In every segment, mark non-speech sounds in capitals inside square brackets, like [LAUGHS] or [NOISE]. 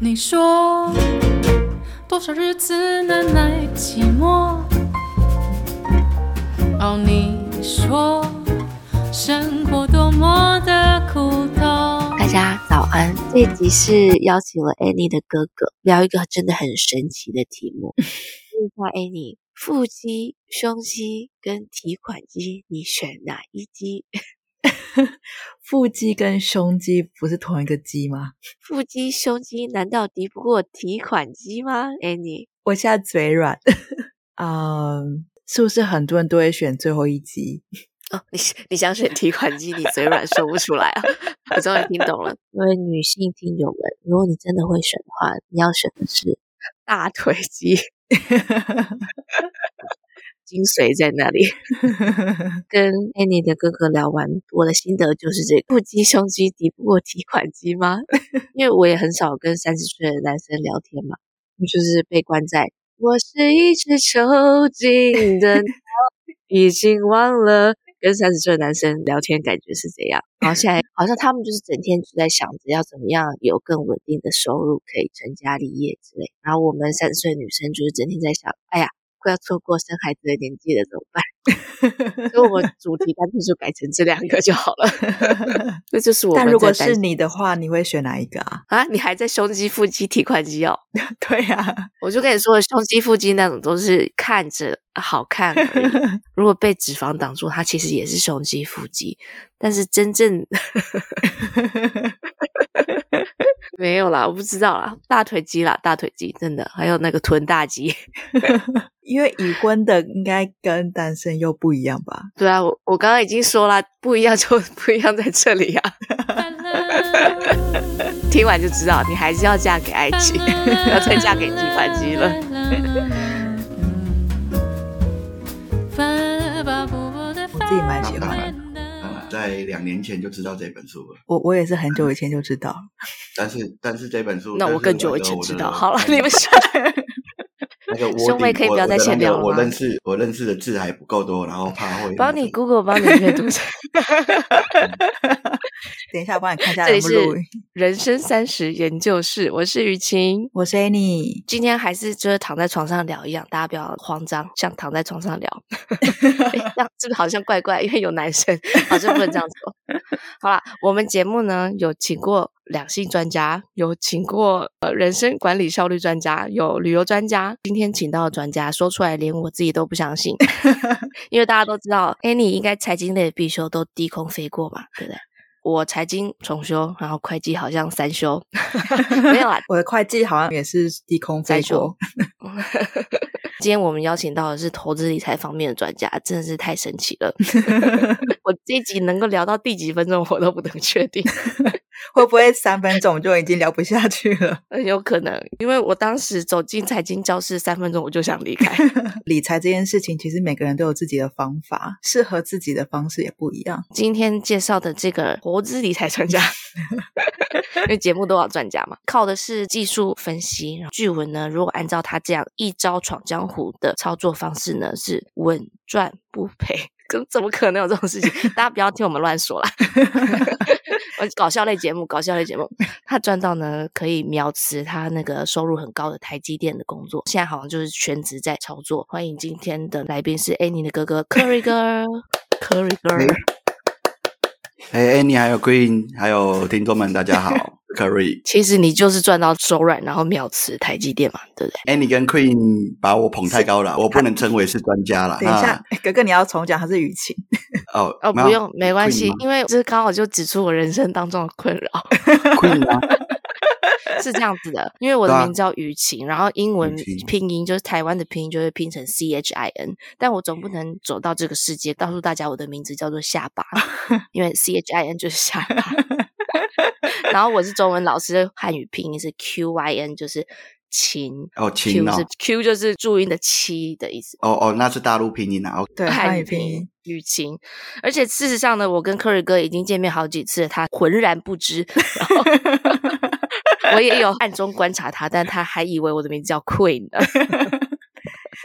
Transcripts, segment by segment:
你说多少日子难耐寂寞？哦，你说生活多么的苦痛。大家早安，这一集是邀请了 Annie 的哥哥聊一个真的很神奇的题 [LAUGHS] 目。问一下 Annie，腹肌、胸肌跟提款机，你选哪一肌？腹肌跟胸肌不是同一个肌吗？ [LAUGHS] 腹肌、胸肌难道敌不过提款机吗？Annie，我现在嘴软，嗯，是不是很多人都会选最后一集？哦，你你想选提款机，你嘴软说不出来 [LAUGHS] 啊！我终于听懂了，各位女性听友们，如果你真的会选的话，你要选的是大腿肌，精髓在那里。跟 Annie 的哥哥聊完，我的心得就是这个：腹肌、胸肌敌不过提款机吗？ [LAUGHS] 因为我也很少跟三十岁的男生聊天嘛，就是被关在“我是一只抽筋的鸟”，已经忘了跟三十岁的男生聊天感觉是怎样。然后现在好像他们就是整天就在想着要怎么样有更稳定的收入，可以成家立业之类。然后我们三十岁的女生就是整天在想：哎呀，快要错过生孩子的年纪了，怎么办？ [LAUGHS] 所以我们主题干脆就改成这两个就好了。 [LAUGHS] 这就是我们但如果在担是你的话，你会选哪一个啊？ [LAUGHS] 啊，你还在胸肌、腹肌、提款机哦？对啊呀、我就跟你说，胸肌、腹肌那种都是看着好看而已 [LAUGHS] 如果被脂肪挡住，它其实也是胸肌、腹肌，但是真 [LAUGHS] 正没有啦，我不知道啦，大腿肌啦，大腿肌真的，还有那个臀大肌。 [LAUGHS] 因为已婚的应该跟单身又不一样吧？对啊，我我刚刚已经说啦，不一样就 [LAUGHS] 不一样在这里啊，啦啦 [LAUGHS] 听完就知道，你还是要嫁给爱 [LAUGHS] 情，不要再嫁给提款机了。我自己蛮喜欢的嗯啊，在两年前就知道这本书了，我我也是很久以前就知道，但是但是这本书，那但我是更久以的前我知的道。好了， [LAUGHS] 那个你们选。那个窝兄妹顶可以我不要我再的闲那个聊了我吗认识我认识的字还不够多，然后怕会帮你 Google 帮你阅读一下等一下帮你看一下 [LAUGHS] 这有里没有录是音。人生三十研究室，我是雨晴。我是 Annie，今天还是就是躺在床上聊一样，大家不要慌张，像躺在床上聊， [LAUGHS] 诶这样是不是好像怪怪？因为有男生，好像不能这样做。 [LAUGHS] 好啦，我们节目呢有请过两性专家，有请过呃人生管理效率专家，有旅游专家，今天请到的专家说出来，连我自己都不相信，因为大家都知道 Annie 应该财经类的必修都低空飞过嘛，对不对？我财经重修，然后会计好像三修， [LAUGHS] 没有啦，我的会计好像也是低空飞再说过。今天我们邀请到的是投资理财方面的专家，真的是太神奇了。我这一集能够聊到第几分钟，我都不能确定， [LAUGHS] 会不会三分钟就已经聊不下去了？很有可能，因为我当时走进财经教室三分钟，我就想离开。理财这件事情，其实每个人都有自己的方法，适合自己的方式也不一样。今天介绍的这个投资理财专家，因为节目都要专家嘛，靠的是技术分析。据闻呢，如果按照他这样一招闯江湖的操作方式呢，是稳赚不赔。 [LAUGHS] 跟怎么可能有这种事情？大家不要听我们乱说啦。我搞笑类节目，搞笑类节目，他赚到呢可以秒辞他那个收入很高的台积电的工作，现在好像就是全职在操作。欢迎今天的来宾是 Annie 的哥哥 Curry 哥，Curry 哥。哎哎，你还有 Green，还有听众们，大家 [LAUGHS] 好，Curry。其实你就是赚到手软，然后秒辞台积电嘛，对不对？ Annie 跟 Queen 把我捧太高了，我不能称为是专家了。等一下， [LAUGHS] 哥哥你要重讲，他是雨 [LAUGHS] 晴。啊，哦哦，不用，没关系， Queen 因为这刚好就指出我人生当中的困扰 Queen 啊，是这样子的，因为我对的啊名字叫雨晴，然后英文雨晴拼音就是台湾的拼音就会拼成 C H I N，但我总不能走到这个世界告诉大家我的名字叫做下 [LAUGHS] 巴，因为 C H I N 就是下巴。 [LAUGHS] 然后我是中文老师，汉语拼音是 Q Y N，就是琴。 [LAUGHS] 哦，秦 Q 哦是，Q 就是注音的七的意思，哦哦，那是大陆拼音啊。哦对，汉汉语语拼拼音音。雨晴，而且事实上呢，我跟科瑞哥已经见面好几次了，他浑然不知。然后 [LAUGHS] 我也有暗中观察他，但他还以为我的名字叫 Queen 呢。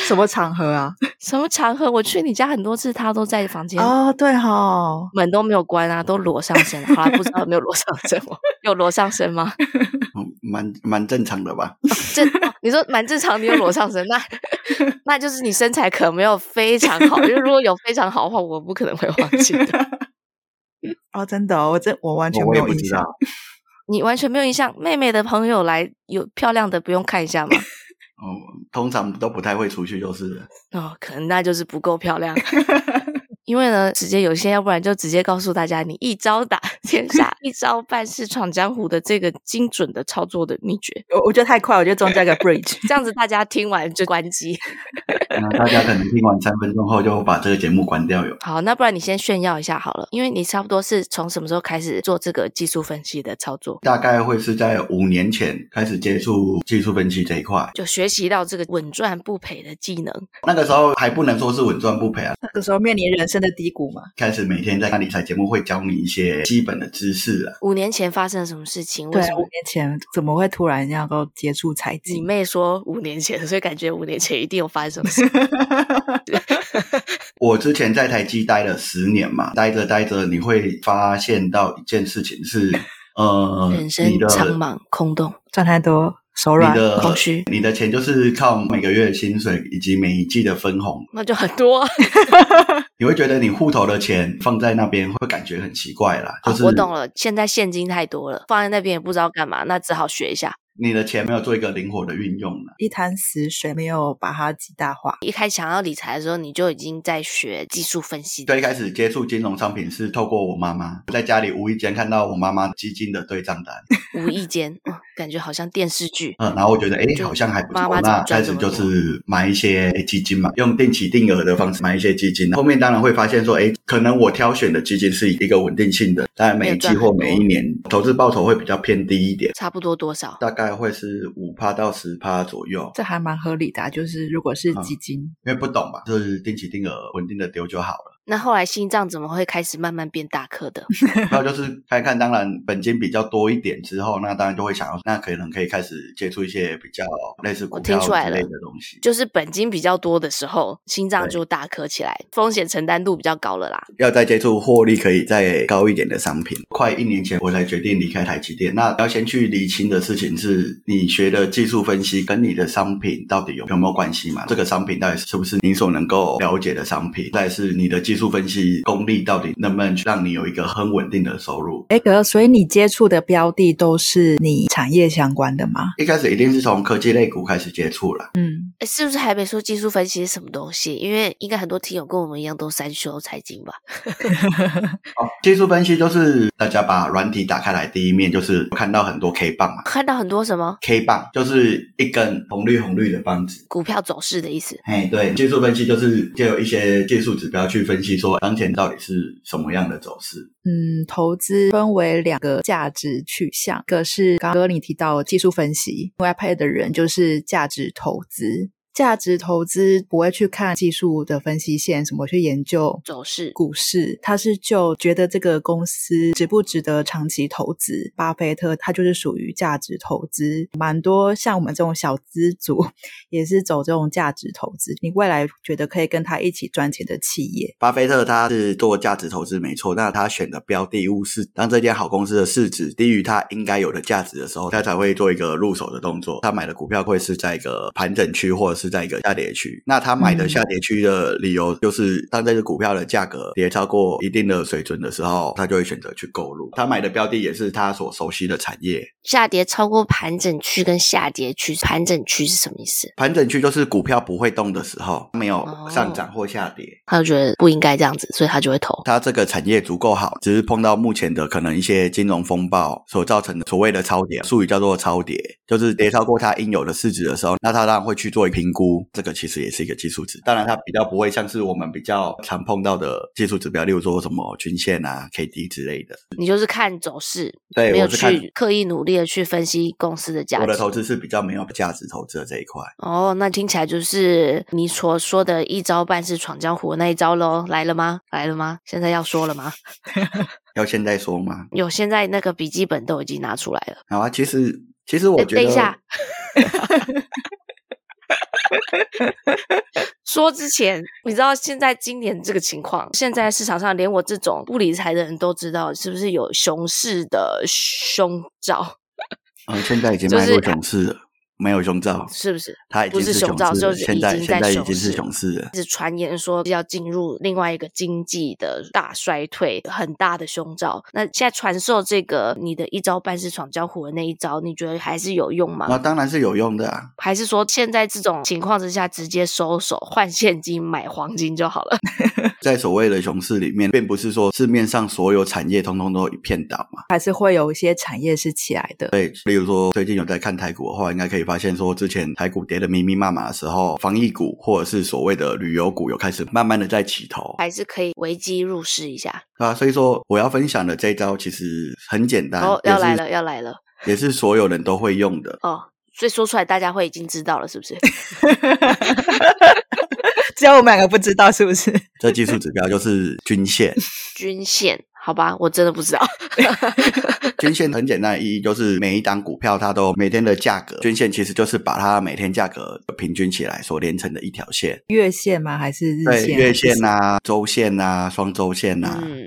什么场合啊？什么场合？我去你家很多次，他都在房间，哦，对哈、哦，门 [LAUGHS] 都没有关啊，都裸上身。好啦，不知道有没有裸上身哦？有裸上身吗？嗯蛮蛮正常的吧？这、哦你说蛮正常，你有裸上身，那那就是你身材可能没有非常好，因为如果有非常好的话，我不可能会忘记的。哦，真的、哦，我真我完全我没也有不印知象道。，你完全没有印象，妹妹的朋友来有漂亮的，不用看一下吗？哦，通常都不太会出去，就是了哦，可能那就是不够漂亮。因为呢，直接有些，要不然就直接告诉大家，你一招打天下，一招半式闯江湖的这个精准的操作的秘诀，我我觉得太快，我觉得中间有个 [LAUGHS] bridge。这样子大家听完就关机。 [LAUGHS] 那大家可能听完三分钟后就把这个节目关掉哟。好，那不然你先炫耀一下好了，因为你差不多是从什么时候开始做这个技术分析的操作，大概会是在五年前开始接触技术分析这一块，就学习到这个稳赚不赔的技能。那个时候还不能说是稳赚不赔啊，那个时候面临人生的低谷嘛，开始每天在看理财节目会教你一些基本的知识啊。五年前发生了什么事情？为对什啊，五么年前怎么会突然要够接触财你经？妹说五年前，所以感觉五年前一定有发生什么 [LAUGHS] 事。我之前在台积待了十年嘛，待着待着你会发现到一件事情是，呃，人生你的苍茫空洞，赚太多，手你软。的空虚你的钱就是靠每个月的薪水以及每一季的分红，那就很多啊。你会觉得你户头的钱放在那边会感觉很奇怪啦，就是、啊 [LAUGHS] 我懂了，现在现金太多了，放在那边也不知道干嘛，那只好学一下。你的钱没有做一个灵活的运用啦。一潭死水，没有把它极大化。一开始想要理财的时候，你就已经在学技术分析。最开始接触金融商品是透过我妈妈，在家里无意间看到我妈妈基金的对 [LAUGHS] 账单，无意间，嗯感觉好像电视剧。嗯，然后我觉得哎就好像还不妈妈错，怎么那开赚这始么就多是买一些基金嘛，用定期定额的方式买一些基金。后面当然会发现说，哎，可能我挑选的基金是一个稳定性的，当然每一季或每一年投资报酬会比较偏低一点，差不多多少？大概会是五趴到十趴左右，这还蛮合理的啊、就是如果是嗯基金，因为不懂嘛，就是定期定额稳定的丢就好了。那后来心脏怎么会开始慢慢变大颗的？ [LAUGHS] 然后就是看一看，当然本金比较多一点之后，那当然就会想要，那可能可以开始接触一些比较类似股票我听出来之了类的东西。就是本金比较多的时候，心脏对就大颗起来，风险承担度比较高了啦。要再接触获利可以再高一点的商品。快一年前我才决定离开台积电。那要先去理清的事情是，你学的技术分析跟你的商品到底有有没有关系嘛？这个商品到底是不是你所能够了解的商品？再来是你的技术分析功力到底能不能让你有一个很稳定的收入？哎哥，所以你接触的标的都是你产业相关的吗？一开始一定是从科技类股开始接触啦。嗯，诶是不是还没说技术分析是什么东西？因为应该很多听友跟我们一样都三修财经吧？哦技术分析就是大家把软体打开来，第一面就是看到很多 K 棒嘛看到很多什么，K 棒就是一根红绿红绿的棒子。股票走势的意思。哎，对，技术分析就是借有一些技术指标去分析说当前到底是什么样的走势。嗯，投资分为两个价值取向，一个是刚刚你提到的技术分析，另外配的人就是价值投资。价值投资不会去看技术的分析线，什么去研究走势股市，他是就觉得这个公司值不值得长期投资。巴菲特他就是属于价值投资，蛮多像我们这种小资族也是走这种价值投资。你未来觉得可以跟他一起赚钱的企业，巴菲特他是做价值投资没错，那他选的标的物是当这间好公司的市值低于它应该有的价值的时候，他才会做一个入手的动作。他买的股票会是在一个盘整区或者是在一个下跌区。那他买的下跌区的理由就是，当这只股票的价格跌超过一定的水准的时候，他就会选择去购入。他买的标的也是他所熟悉的产业，下跌超过盘整区跟下跌区，盘整区是什么意思？盘整区就是股票不会动的时候，没有哦上涨或下跌。他就觉得不应该这样子，所以他就会投。它这个产业足够好，只是碰到目前的可能一些金融风暴所造成的所谓的超跌，术语叫做超跌，就是跌超过它应有的市值的时候，那它当然会去做评估。这个其实也是一个技术值，当然它比较不会像是我们比较常碰到的技术指标，例如说什么均线啊、K D 之类的。你就是看走势，对没有我是看去刻意努力的去分析公司的价我的值。投资是比较没有价值投资的这一块。哦，那听起来就是你所说的一招半式闯江湖那一招喽，来了吗？来了吗？现在要说了吗？要现在说吗？有，现在那个笔记本都已经拿出来了。好啊，其实其实我哎觉得等一下，说之前，你知道现在今年这个情况，现在市场上连我这种不理财的人都知道，是不是有熊市的凶兆？嗯，现在已经就迈是入熊市了，没有熊照，是不是？它已不经是熊熊照，市就了是现在经在现在已熊经市是熊市了一。直传言说要进入另外一个经济的大衰退，很大的胸罩。那现在传授这个你的一招半式闯江湖的那一招，你觉得还是有用吗？那当然是有用的啊，还是说现在这种情况之下，直接收手换现金买黄金就好了？ [LAUGHS] 在所谓的熊市里面，并不是说市面上所有产业通通都一片倒嘛。还是会有一些产业是起来的。对，例如说最近有在看台股的话，应该可以发现说，之前台股跌的密密麻麻的时候，防疫股或者是所谓的旅游股有开始慢慢的在起头，还是可以危机入市一下？对啊，所以说我要分享的这一招其实很简单，哦，也要是来了，要来了也是所有人都会用的。哦！所以说出来，大家会已经知道了，是不是？只有我们两个不知道是不是？这技术指标就是均线，均线，好吧，我真的不知道。 [LAUGHS] 均线很简单的意义就是每一档股票它都有每天的价格，均线其实就是把它每天价格平均起来所连成的一条线，月线吗？还是日对，线？月线呐、周线呐、双周线呐、嗯，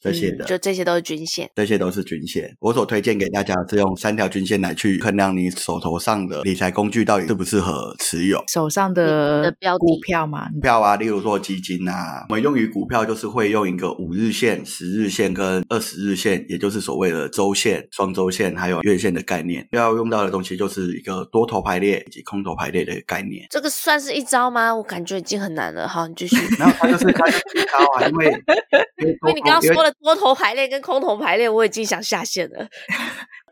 这些嗯的。就这些都是均线。这些都是均线。我所推荐给大家的是用三条均线来去衡量你手头上的理财工具到底适不适合持有。手上你的的标的股票嘛，股票啊，例如说基金啊，我们用于股票就是会用一个五日线、十日线跟二十日线，也就是所谓的周线、双周线还有月线的概念。要用到的东西就是一个多头排列以及空头排列的概念。这个算是一招吗？我感觉已经很难了。好，你 [LAUGHS] 继续。然后它就是它就是一招 [LAUGHS] 啊，因为因为因为你刚刚说的的多头排列跟空头排列，我已经想下线了。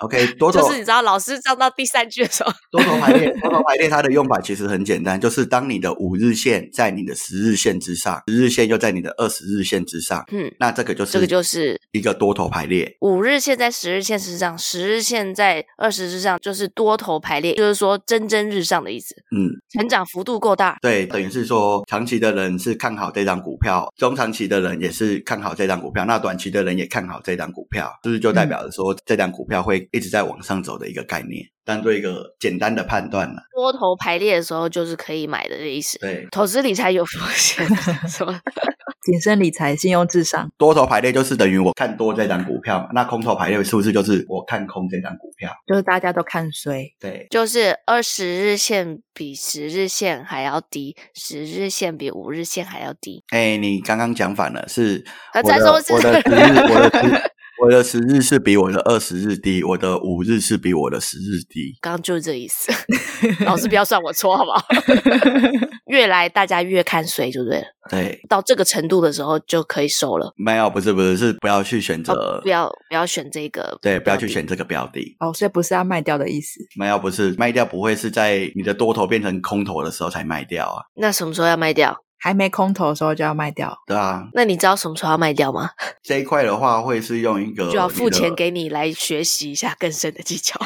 OK 多头就是你知道，老师上到第三句的 [LAUGHS] 时候，多头排列，多头排列它的用法其实很简单，就是当你的五日线在你的十日线之上，十日线又在你的二十日线之上，嗯，那这个就是这个就是一个多头排列。五日线在十日线之上，十日线在二十日上，就是多头排列，就是说蒸蒸日上的意思，嗯，成长幅度够大。对，等于是说长期的人是看好这张股票，中长期的人也是看好这张股票，那短期的人也看好这张股票，是不是就代表着说这张股票会一直在往上走的一个概念？当做一个简单的判断了。多头排列的时候就是可以买的意思。对，投资理财有风险， [LAUGHS] 什么？谨慎理财，信用至上。多头排列就是等于我看多这张股票嘛，那空头排列是不是就是我看空这张股票？就是大家都看衰，对，就是二十日线比十日线还要低，十日线比五日线还要低。哎，你刚刚讲反了，是啊我再的说一次我的十日，我的十我的十日是比我的二十日低，我的五日是比我的十日低。刚刚就是这意思， [LAUGHS] 老师不要算我错好不好？ [LAUGHS] 越来大家越看谁就对了，对，到这个程度的时候就可以收了，没有，不是不是，是不要去选择，哦、不要不要选这个，对，不要去。选这个标的。哦，所以不是要卖掉的意思。没有，不是卖掉，不会是在你的多头变成空头的时候才卖掉啊，那什么时候要卖掉？还没空头的时候就要卖掉，对啊。那你知道什么时候要卖掉吗？这一块的话，会是用一个就要呃你付的钱给你来学习一下更深的技巧。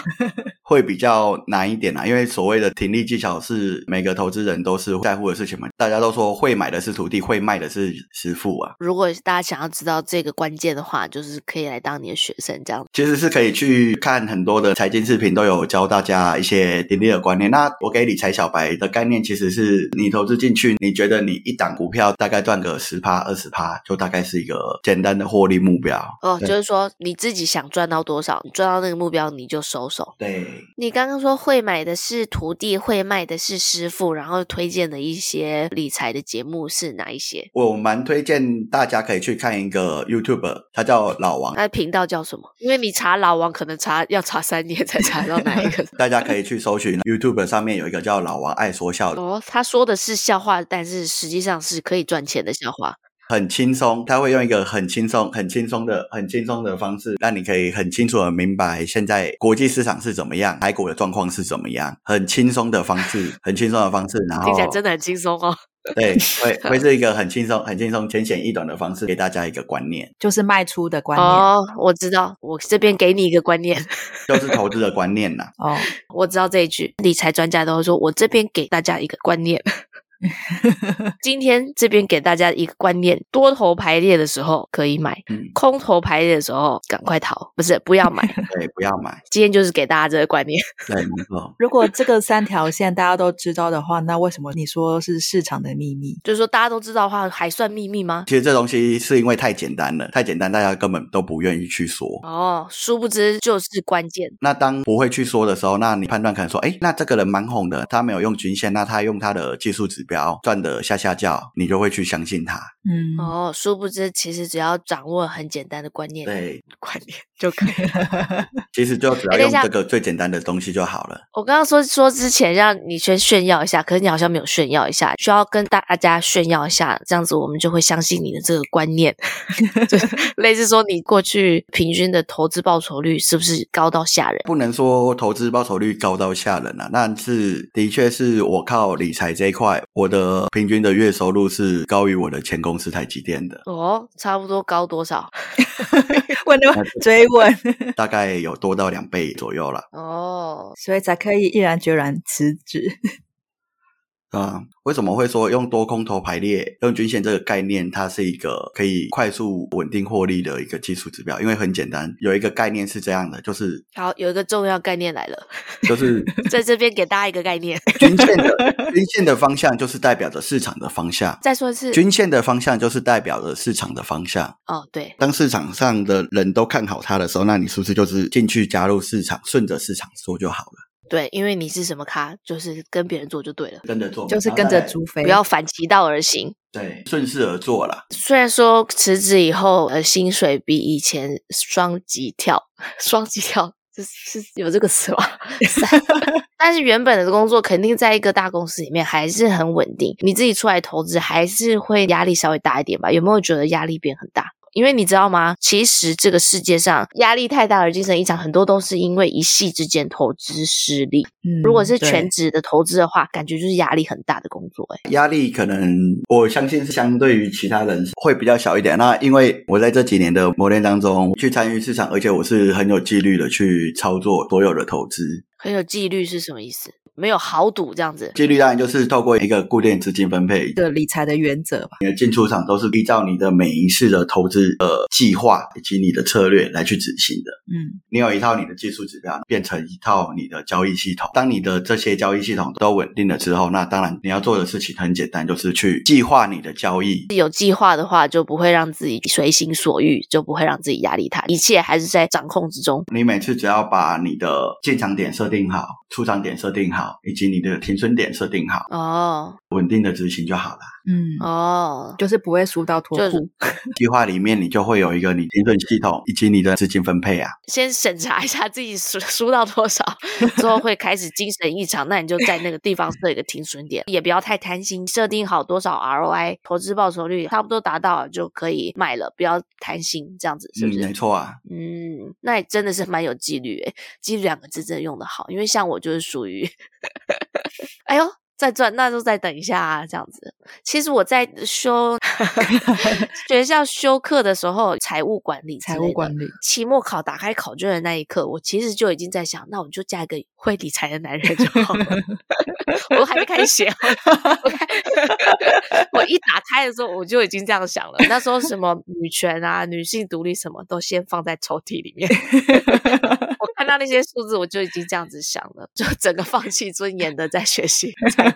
会比较难一点啦、啊因为所谓的停利技巧是每个投资人都是在乎的事情嘛。大家都说会买的是徒弟，会卖的是师傅啊。如果大家想要知道这个关键的话，就是可以来当你的学生这样。其实是可以去看很多的财经视频，都有教大家一些盈利的观念。那我给理财小白的概念，其实是你投资进去，你觉得你一档股票大概赚个十趴、二十趴，就大概是一个简单的获利目标。哦，对就是说你自己想赚到多少，你赚到那个目标你就收手。对，你刚刚说会买的是徒弟，会卖的是师傅，然后推荐的一些理财的节目是哪一些？我蛮推荐大家可以去看一个 YouTube，他叫老王，他的频道叫什么？因为你查老王可能查要查三年才查到哪一个。大家可以去搜寻 YouTube 上面有一个叫老王爱说笑的，哦，他说的是笑话，但是实际上是可以赚钱的笑话。很轻松，他会用一个很轻松、很轻松的、很轻松的方式，让你可以很清楚的明白现在国际市场是怎么样，台股的状况是怎么样，很轻松的方式，很轻松的方式，然后听起来真的很轻松哦。 [LAUGHS] 对，会会是一个很轻松、很轻松、浅显易懂的方式，给大家一个观念，就是卖出的观念哦哦，我知道，我这边给你一个观念，就是投资的观念呐、哦我知道这一句，理财专家都会说，我这边给大家一个观念。今天这边给大家一个观念：多头排列的时候可以买，嗯，空头排列的时候赶快逃，不是不要买。对，不要买，今天就是给大家这个观念。对，没错，如果这个三条线大家都知道的话，那为什么你说是市场的秘密？就是说大家都知道的话，还算秘密吗？其实这东西是因为太简单了，太简单，大家根本都不愿意去说。哦，殊不知就是关键。那当不会去说的时候，那你判断可能说，哎，那这个人蛮红的，他没有用均线，那他用他的技术指标赚的下下叫，你就会去相信他。嗯，哦，殊不知其实只要掌握很简单的观念，对，观念就可以。 [LAUGHS] 其实就只要诶等用一下这个最简单的东西就好了。我刚刚说说之前让你先炫耀一下，可是你好像没有炫耀一下，需要跟大家炫耀一下，这样子我们就会相信你的这个观 [LAUGHS] 念，就是类似说你过去平均的投资报酬率是不是高到吓人？，不能说投资报酬率高到吓人啊，但是的确是我靠理财这一块，我的平均的月收入是高于我的前公司台积电的哦，差不多高多少？问啊都追问， [LAUGHS] 大概有多到两倍左右啦。哦，所以才可以毅然决然辞职。啊、为什么会说用多空头排列、用均线这个概念，它是一个可以快速稳定获利的一个技术指标？因为很简单，有一个概念是这样的， [LAUGHS] 就是好，有一个重要概念来了，就是在这边给大家一个概念，均线的均线的方向就是代表着市场的方向，再说一次。均线的方向就是代表着市场的方向。哦，对，当市场上的人都看好它的时候，那你是不是就是进去加入市场，顺着市场做就好了？对，因为你是什么咖，就是跟别人做就对了，跟着做，就是跟着猪飞，哦不要反其道而行。对，顺势而做啦。虽然说辞职以后，呃，薪水比以前双级跳， [LAUGHS] 双级跳这是是有这个词吧？ [LAUGHS] [LAUGHS] 三但是原本的工作肯定在一个大公司里面还是很稳定，你自己出来投资还是会压力稍微大一点吧？有没有觉得压力变很大？因为你知道吗？其实这个世界上压力太大的精神异常，很多都是因为一夕之间投资失利。嗯如果是对全职的投资的话，感觉就是压力很大的工作、欸。压力可能我相信是相对于其他人会比较小一点。那因为我在这几年的磨练当中去参与市场，而且我是很有纪律的去操作所有的投资。很有纪律是什么意思？没有豪赌这样子。纪律当然就是透过一个固定资金分配，的理财的原则吧。你的进出场都是依照你的每一次的投资呃计划以及你的策略来去执行的。嗯，你有一套你的技术指标，变成一套你的交易系统。当你的这些交易系统都稳定了之后，那当然你要做的事情很简单，就是去计划你的交易。有计划的话，就不会让自己随心所欲，就不会让自己压力大，一切还是在掌控之中。你每次只要把你的进场点设定好、出场点设定好，以及你的停损点设定好，哦稳定的执行就好了。嗯，哦，就是不会输到脱就是裤。计划里面你就会有一个你停损系统以及你的资金分配啊。 [LAUGHS] 先审查一下自己输输到多少，之后会开始精神异常，那你就在那个地方设一个停损点，也不要太贪心，设定好多少 ROI 投资报酬率差不多达到了就可以卖了，不要贪心，这样子是不是？嗯，没错啊。嗯，那也真的是蛮有纪律诶，纪律两个字真的用的好，因为像我就是属 [LAUGHS] 于， [LAUGHS] 哎呦。再赚，那就再等一下啊，这样子。其实我在 [LAUGHS] 修学校修课的时候，财务管理之财类务的管理，期末考打开考卷的那一刻，我其实就已经在想，那我就嫁一个会理财的男人就好了。 [LAUGHS] 我还没开始写哦，我开我一打开 [LAUGHS] 的时候，我就已经这样想了。那时候什么女权啊、女性独立什么都先放在抽屉里面。 [LAUGHS] 我看到那些数字，我就已经这样子想了，就整个放弃尊严的在学习财务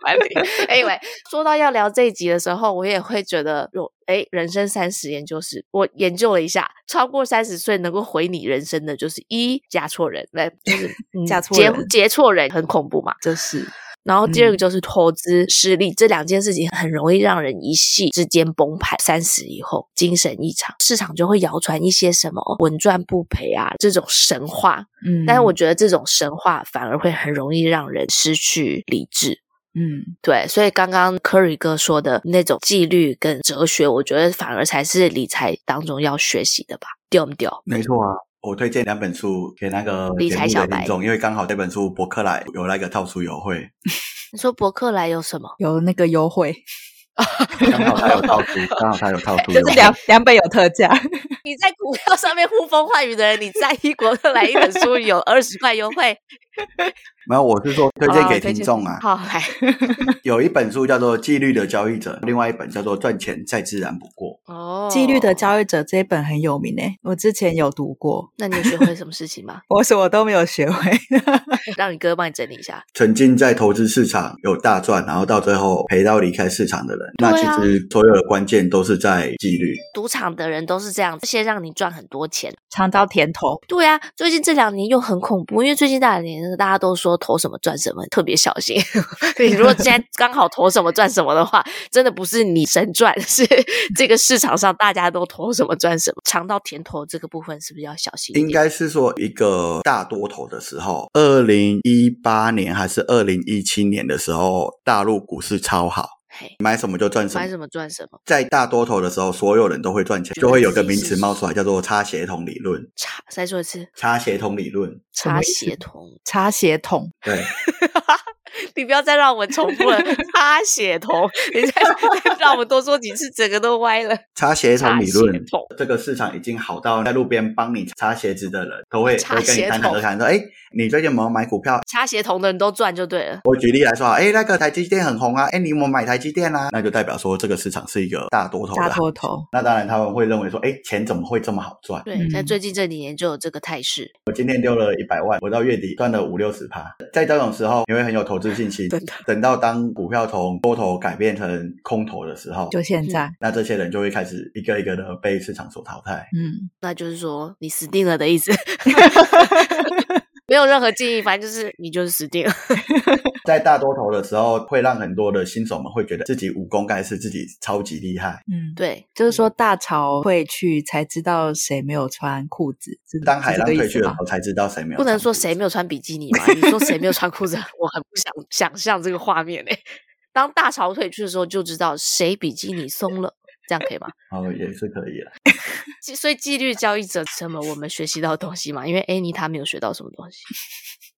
管理。Anyway，说到要聊这一集的时候，我也会觉得有哎，人生三十研究室，我研究了一下，超过三十岁能够毁你人生的，就是一嫁错人，来就是嗯 [LAUGHS] 嫁错结人结错人很恐怖嘛。这是然后第二个嗯就是投资失利，这两件事情很容易让人一夕之间崩盘。三十以后精神异常，市场就会谣传一些什么稳赚不赔啊这种神话，嗯，但是我觉得这种神话反而会很容易让人失去理智。嗯对，所以刚刚 Curry 哥说的那种纪律跟哲学，我觉得反而才是理财当中要学习的吧，丢不丢？没错啊，我推荐两本书给那个理节财目小的白听众，因为刚好这本书博客来有那个套书优惠，你说博客来有什 [LAUGHS] 么？有那个 [LAUGHS] 优惠，刚好它有套书，刚好它有套书就优是惠。两两本有特价，你在股票上面呼风唤雨的人，你在意博客来一本书有二十块优惠，没有，我是说推荐好啦给哦我推听众啊。 [LAUGHS] 好，来，有一本书叫做《纪律的交易者》，另外一本叫做《赚钱再自然不过哦，纪律的，交易者》这一本很有名诶、欸我之前有读过，那你有学会什么事情吗？ [LAUGHS] 我什么都没有学会。 [LAUGHS] 让你哥帮你整理一下。》。沉浸在投资市场有大赚，然后到最后赔到离开市场的人，那对其啊实所有的关键都是在纪律。赌场的人都是这样，先让你赚很多钱。尝到甜头，对啊，最近这两年又很恐怖，因为最近这两年大家都说投什么赚什么，特别小心。 [LAUGHS] 你如果 [LAUGHS] 现在刚好投什么赚什么的话，真的不是你神赚，是这个市场上大家都投什么赚什么，尝到甜头这个部分是不是要小心一点？应该是说一个大多头的时候，二零一八年还是二零一七年的时候，大陆股市超好，嘿，买什么就赚什买么。什么赚什么，在大多头的时候，所有人都会赚钱，就会有个名词冒出来，叫做差协同理论。差再说一次，差协同理论，什么差意思协同，插血桶，对，你不要再让我重复了，差协同，你再再让我多说几次，整个都歪了。差协同理差论协同，这个市场已经好到在路边帮你擦鞋子的人都会擦会跟你鞋侃侃而桶谈说，哎，你最近有没有买股票？差协同的人都赚就对了。我举例来说啊，哎，那个台积电很红啊，哎，你有没有买台积电啊？那就代表说这个市场是一个大多头的大行头情。头，那当然他们会认为说，哎，钱怎么会这么好赚？对，嗯在最近这几年就有这个态势，我今天丢了一百万，我到月底赚了五六十趴。在这种时候，你会很有投资信心。 [LAUGHS] 真的等到当股票从多头改变成空头的时候，就现嗯在，那这些人就会开始一个一个的被市场所淘汰。嗯，那就是说你死定了的意思。没有任何建议，反正就是你就是死定了。在大多头的时候，会让很多的新手们会觉得自己武功盖世，自己超级厉害。嗯，对，就是说大潮会去才知道谁没有穿裤子，是当海浪退去的时了，候，才知道谁没有。不能说谁没有穿比基尼嘛？你说谁没有穿裤子， [LAUGHS] 我很不想想象这个画面嘞、 [LAUGHS] 当大潮退去的时候，就知道谁比基尼松了，这样可以吗？哦，也是可以啦。纪所以纪律交易者什么我们学习到的东西嘛？因为 Annie 她没有学到什么东西。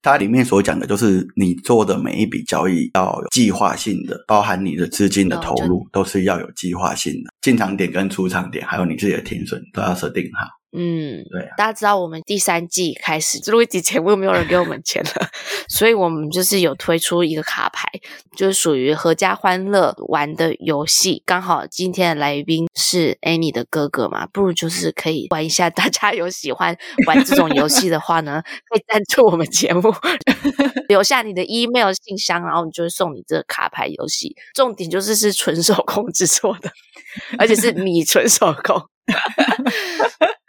它里面所讲的就是你做的每一笔交易要有计划性的，包含你的资金哦的投入都是要有计划性的，进场点跟出场点，还有你自己的停损都要设定好。嗯，对啊大家知道我们第三季开始录一集节目，没有人给我们钱了， [LAUGHS] 所以我们就是有推出一个卡牌，就是属于合家欢乐玩的游戏。刚好今天的来宾是 Annie 的哥哥嘛，不如就是可以玩一下。大家有喜欢玩这种游戏的话呢， [LAUGHS] 可以赞助我们节目， [LAUGHS] 留下你的 email 信箱，然后我们就会送你这个卡牌游戏。重点就是是纯手工制作的，而且是你纯手工。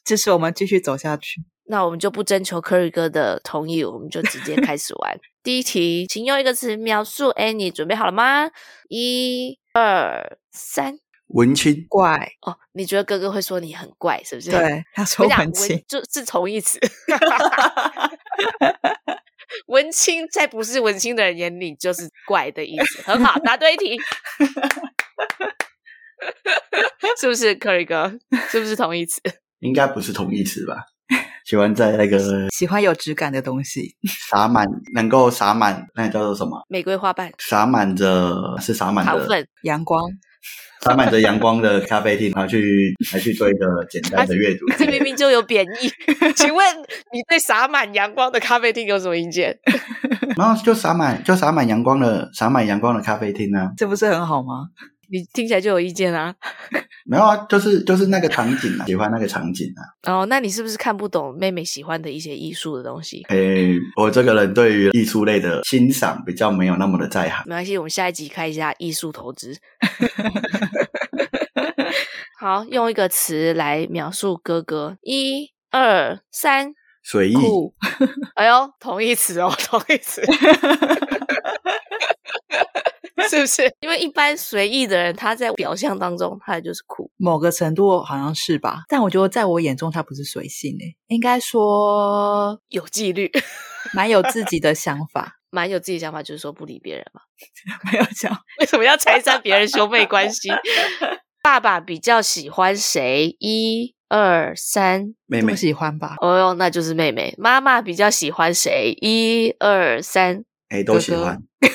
这是我们继续走下去。那我们就不征求 Curry 哥的同意，我们就直接开始玩。 [LAUGHS] 第一题，请用一个词描述。哎，你准备好了吗？一、二、三。文青怪，哦，你觉得哥哥会说你很怪，是不是？，对，他说我讲文文青，就是同义词。 [LAUGHS] 文青在不是文青的人眼里就是怪的意思。很好，答对一题。 [LAUGHS] 是不是 Curry 哥？是不是同义词？ [LAUGHS] 应该不是同义词吧？喜欢在那个喜欢有质感的东西，洒满，能够洒满，那叫做什么？玫瑰花瓣、洒满着是洒满糖着粉，阳光，洒满着阳光的咖啡厅，然后去来去做一个简单的阅读。 [LAUGHS] 这明明就有贬 [LAUGHS] 义。请问你对洒满阳光的咖啡厅有什么意见？然后就洒满，就洒满阳光的，洒满阳光的咖啡厅啊，这不是很好吗？你听起来就有意见啊。没有啊，就是就是那个场景啊，喜欢那个场景啊。哦，那你是不是看不懂妹妹喜欢的一些艺术的东西？诶，我这个人对于艺术类的欣赏比较没有那么的在行。没关系，我们下一集开一下艺术投 [LAUGHS] 资。好，用一个词来描述哥哥，一、二、三，随意，酷，哎呦，同义词哦，同义词， [LAUGHS] 是不是？因为一般随意的人，他在表象当中，他就是酷。某个程度好像是吧，但我觉得在我眼中他不是随性诶、应该说有纪律，蛮有自己的想法， [LAUGHS] 蛮有自己想法，就是说不理别人嘛。 [LAUGHS] 没有讲为什么要拆散别人兄妹关系？ [LAUGHS] 爸爸比较喜欢谁？一、二、三。妹妹不喜欢吧？哦哟，那就是妹妹。妈妈比较喜欢谁？一、二、三。 [LAUGHS] 诶都喜欢。原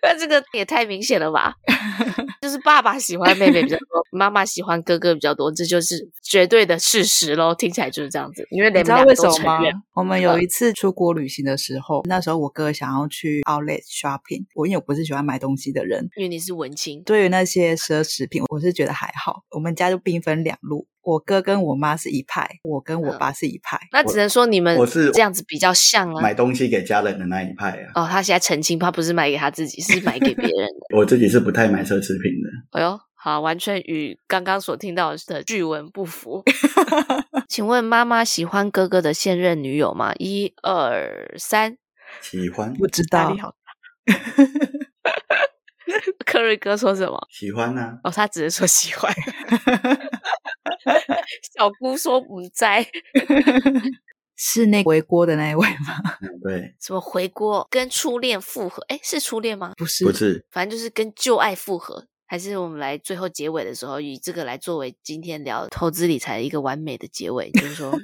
但这个也太明显了 [LAUGHS] 吧？就是爸爸喜欢妹妹比较多，妈妈喜欢哥哥比较多，这就是绝对的事实喽。听起来就是这样子，因为你连知道两为个什么都吗承认。？我们有一次出国旅行的时候，那时候我哥想要去 Outlet shopping，我因为我不是喜欢买东西的人，因为你是文青，对于那些奢侈品，我是觉得还好。我们家就兵分两路，我哥跟我妈是一派，我跟我爸是一派。那只能说你们我是这样子比较像啊买。东西给家人的那一派啊，哦，他现在澄清，他不是买给他自己，是买给别人的。我自己是不太买奢侈品的。哎呦，好，完全与刚刚所听到的句文不符。请问妈妈喜欢哥哥的现任女友吗？一二三，喜欢不知压道力，好科瑞哥说什么？喜欢啊，哦，他只是说喜欢。小姑说不在，是那回锅的那一位吗？嗯对，什么回锅跟初恋复合？哎，是初恋吗？不是，不是反正就是跟旧爱复合，还是我们来最后结尾的时候以这个来作为今天聊投资理财的一个完美的结尾，就是 [LAUGHS] 说，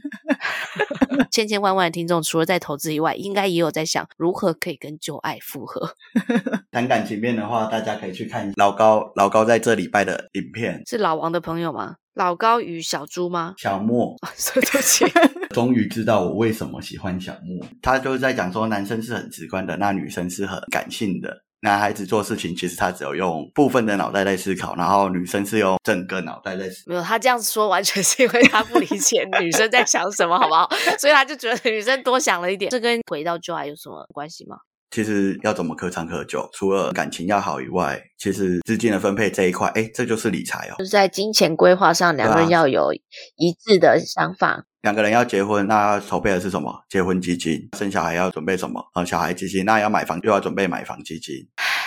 千千万万的听众除了在投资以外，应该也有在想如何可以跟旧爱复合， [LAUGHS] 谈感情面的话，大家可以去看老高老高在这礼拜的影片。是老王的朋友吗？老高与小猪吗？ [LAUGHS] 小莫啊，对不 [LAUGHS] 起，终于知道我为什么喜欢小莫，他就是在讲说男生是很直观的，那女生是很感性的。男孩子做事情其实他只有用部分的脑袋在思考，然后女生是用整个脑袋在思。没有，他这样子说完全是因为他不理解女生在想什么，好不 [LAUGHS] 好？所以他就觉得女生多想了一点，这跟回到旧爱有什么关系吗？其实要怎么可长可久，除了感情要好以外，其实资金的分配这一块，哎，这就是理财哦。就是在金钱规划上，两个人对啊要有一致的想法，两个人要结婚，那筹备的是什么？结婚基金。生小孩要准备什么？啊，小孩基金。那要买房又要准备买房基金。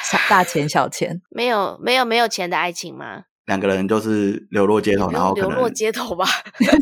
小大钱小钱，没有没有没有钱的爱情吗？两个人就是流落街头，哦然后可流能落街头吧， [LAUGHS]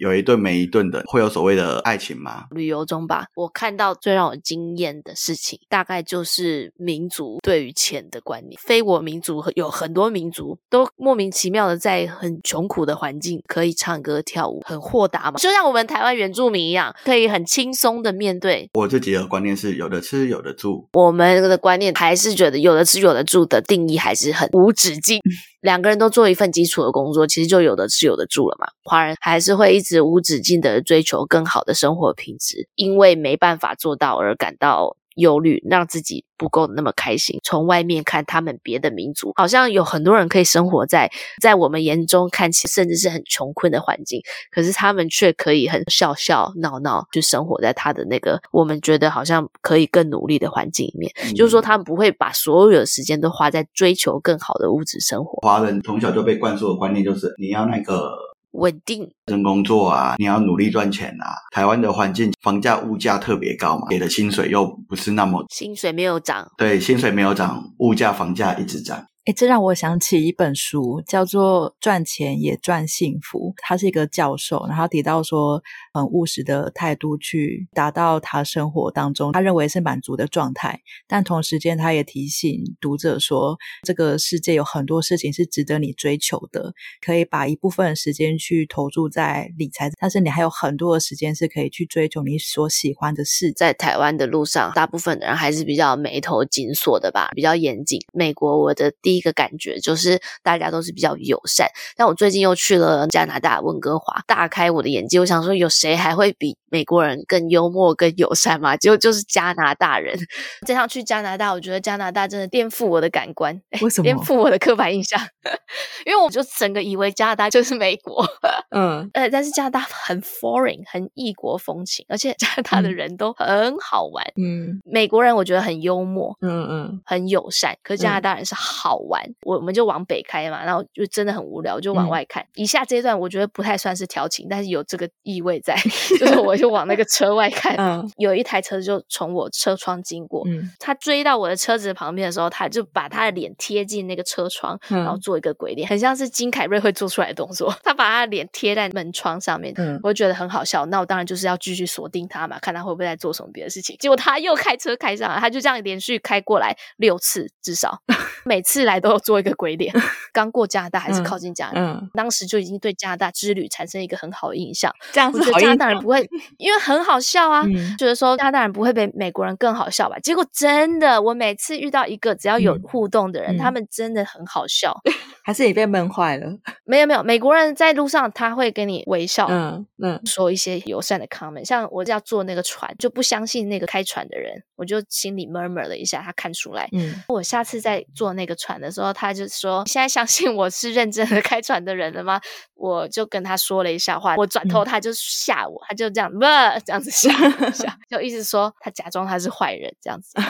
有一顿没一顿的，会有所谓的爱情吗？旅游中吧。我看到最让我惊艳的事情，大概就是民族对于钱的观念。非我民族有很多民族都莫名其妙的在很穷苦的环境可以唱歌跳舞，很豁达嘛，就像我们台湾原住民一样，可以很轻松的面对。我自己的观念是，有的吃，有的住。我们的观念还是觉得有的吃有的住的定义还是很无止境。 [LAUGHS] 两个人都做一份基础的工作，其实就有的吃有的住了嘛。华人还是会一直无止境的追求更好的生活品质，因为没办法做到而感到。忧虑让自己不够那么开心。从外面看，他们别的民族好像有很多人可以生活在在我们眼中看起甚至是很穷困的环境，可是他们却可以很笑笑闹闹，就生活在他的那个我们觉得好像可以更努力的环境里面。就是嗯说，他们不会把所有的时间都花在追求更好的物质生活，华人从小就被灌输的观念就是，你要那个稳定认真工作啊，你要努力赚钱啊。台湾的环境，房价、物价特别高嘛，给的薪水又不是那么薪水没有涨，对，薪水没有涨，物价、房价一直涨。诶，这让我想起一本书，叫做《赚钱也赚幸福》。他是一个教授，然后提到说，很务实的态度去达到他生活当中他认为是满足的状态。但同时间，他也提醒读者说，这个世界有很多事情是值得你追求的，可以把一部分的时间去投注在理财，但是你还有很多的时间是可以去追求你所喜欢的事情。在台湾的路上，大部分的人还是比较眉头紧锁的吧，比较严谨。美国我的第一个感觉就是大家都是比较友善，但我最近又去了加拿大温哥华，大开我的眼界。我想说，有谁还会比美国人更幽默、更友善吗？结果就是加拿大人。 [LAUGHS] 这趟去加拿大，我觉得加拿大真的颠覆我的感官。为什颠么？覆我的刻板印象， [LAUGHS] 因为我就整个以为加拿大就是美国，嗯，呃，但是加拿大很 foreign，很异国风情，而且加拿大的嗯人都很好玩。嗯美国人我觉得很幽默，嗯嗯，很友善，可是加拿大人是好玩。我我们就往北开嘛，然后就真的很无聊，就往嗯外看。以下这一段我觉得不太算是调情，但是有这个意味在， [LAUGHS] 就是我就往那个车外看，嗯 [LAUGHS] 有一台车就从我车窗经过。嗯他追到我的车子旁边的时候，他就把他的脸贴近那个车窗，然后嗯做一个鬼脸，很像是金凯瑞会做出来的动作。 [LAUGHS] 他把他的脸贴在门窗上面，嗯我就觉得很好笑。那我当然就是要继续锁定他嘛，看他会不会在做什么别的事情。结果他又开车开上来，他就这样连续开过来六次至 [LAUGHS] 少，每次来都有做一个鬼脸。刚过加拿大还是嗯靠近加拿大，嗯，当时就已经对加拿大之旅产生一个很好的印象。这样我子觉得好加拿印大人 [LAUGHS] 象不会因为很好笑啊，嗯觉得说他当然不会比美国人更好笑吧。结果真的，我每次遇到一个只要有嗯互动的人，嗯他们真的很好笑。还是你被闷坏了？没有没有，美国人在路上他会跟你微笑。嗯嗯，说一些友善的 comment，像我要坐那个船，就不相信那个开船的人，我就心里 murmur 了一下，他看出来，嗯，我下次再坐那个船的时候，他就说：“现在相信我是认真的开船的人了吗？”我就跟他说了一下话，我转头嗯他就吓我，他就这样不这样子吓我一 [LAUGHS] 下，就一直说他假装他是坏人这样子，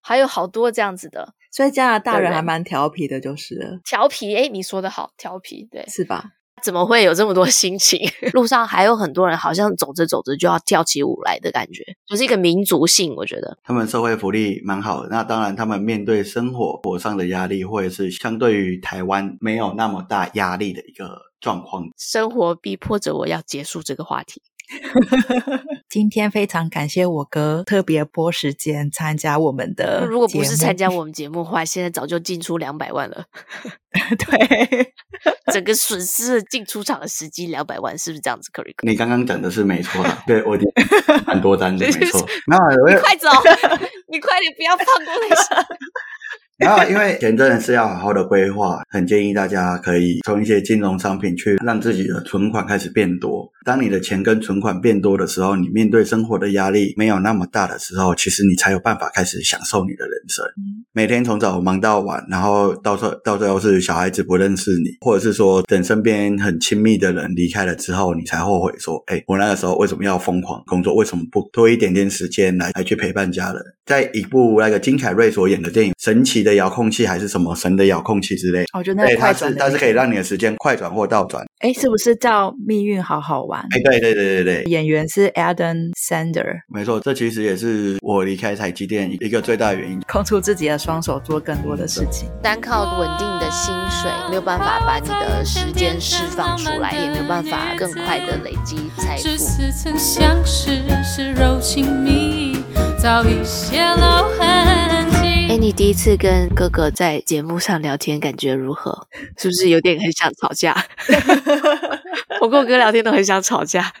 还有好多这样子的所以加拿大对人还人蛮调皮的，就是了，调皮。诶，你说的好，调皮对。是吧？怎么会有这么多 [LAUGHS] 心情？路上还有很多人好像走着走着就要跳起舞来的感觉，就是一个民族性，我觉得。他们社会福利蛮好的，那当然他们面对生活活上的压力，或者是相对于台湾没有那么大压力的一个状况。生活逼迫着我要结束这个话题。今天非常感谢我哥特别拨时间参加我们 [LAUGHS] 的呃节目，如果不是参加我们节目的话，现在早就进出两百万了， [LAUGHS] [LAUGHS] 对， [LAUGHS] 整个损失了进出场的时机两百万，是不是这样子？Curry 哥，你刚刚讲的是没错的，对我已经蛮多单的，没错。那我也 [LAUGHS] 快走，你快点不要放过那些。然后，因为钱真的是要好好的规划，很建议大家可以从一些金融商品去让自己的存款开始变多。当你的钱跟存款变多的时候，你面对生活的压力没有那么大的时候，其实你才有办法开始享受你的人生。每天从早忙到晚，然后到最到最后是小孩子不认识你，或者是说等身边很亲密的人离开了之后，你才后悔说，哎，我那个时候为什么要疯狂工作？为什么不多一点点时间来来去陪伴家人？在一部那个金凯瑞所演的电影《神奇的遥控器》还是什么神的遥控器之类，我觉得那对，个它快转是的它是那可以个让你的时间快转或倒转。哎，是不是叫《命运好好玩》？哎，对对对对对，演员是 Adam Sander，没错，这其实也是我离开台积电一个最大的原因。空出自己的双手做更多的事情。单靠稳定的薪水，没有办法把你的时间释放出来，也没有办法更快的累积财只富。似曾相识，是柔情蜜意，早已泄露痕迹。哎，你第一次跟哥哥在节目上聊天，感觉如何？是不是有点很想吵架？ [LAUGHS] 我跟我哥聊天都很想吵架。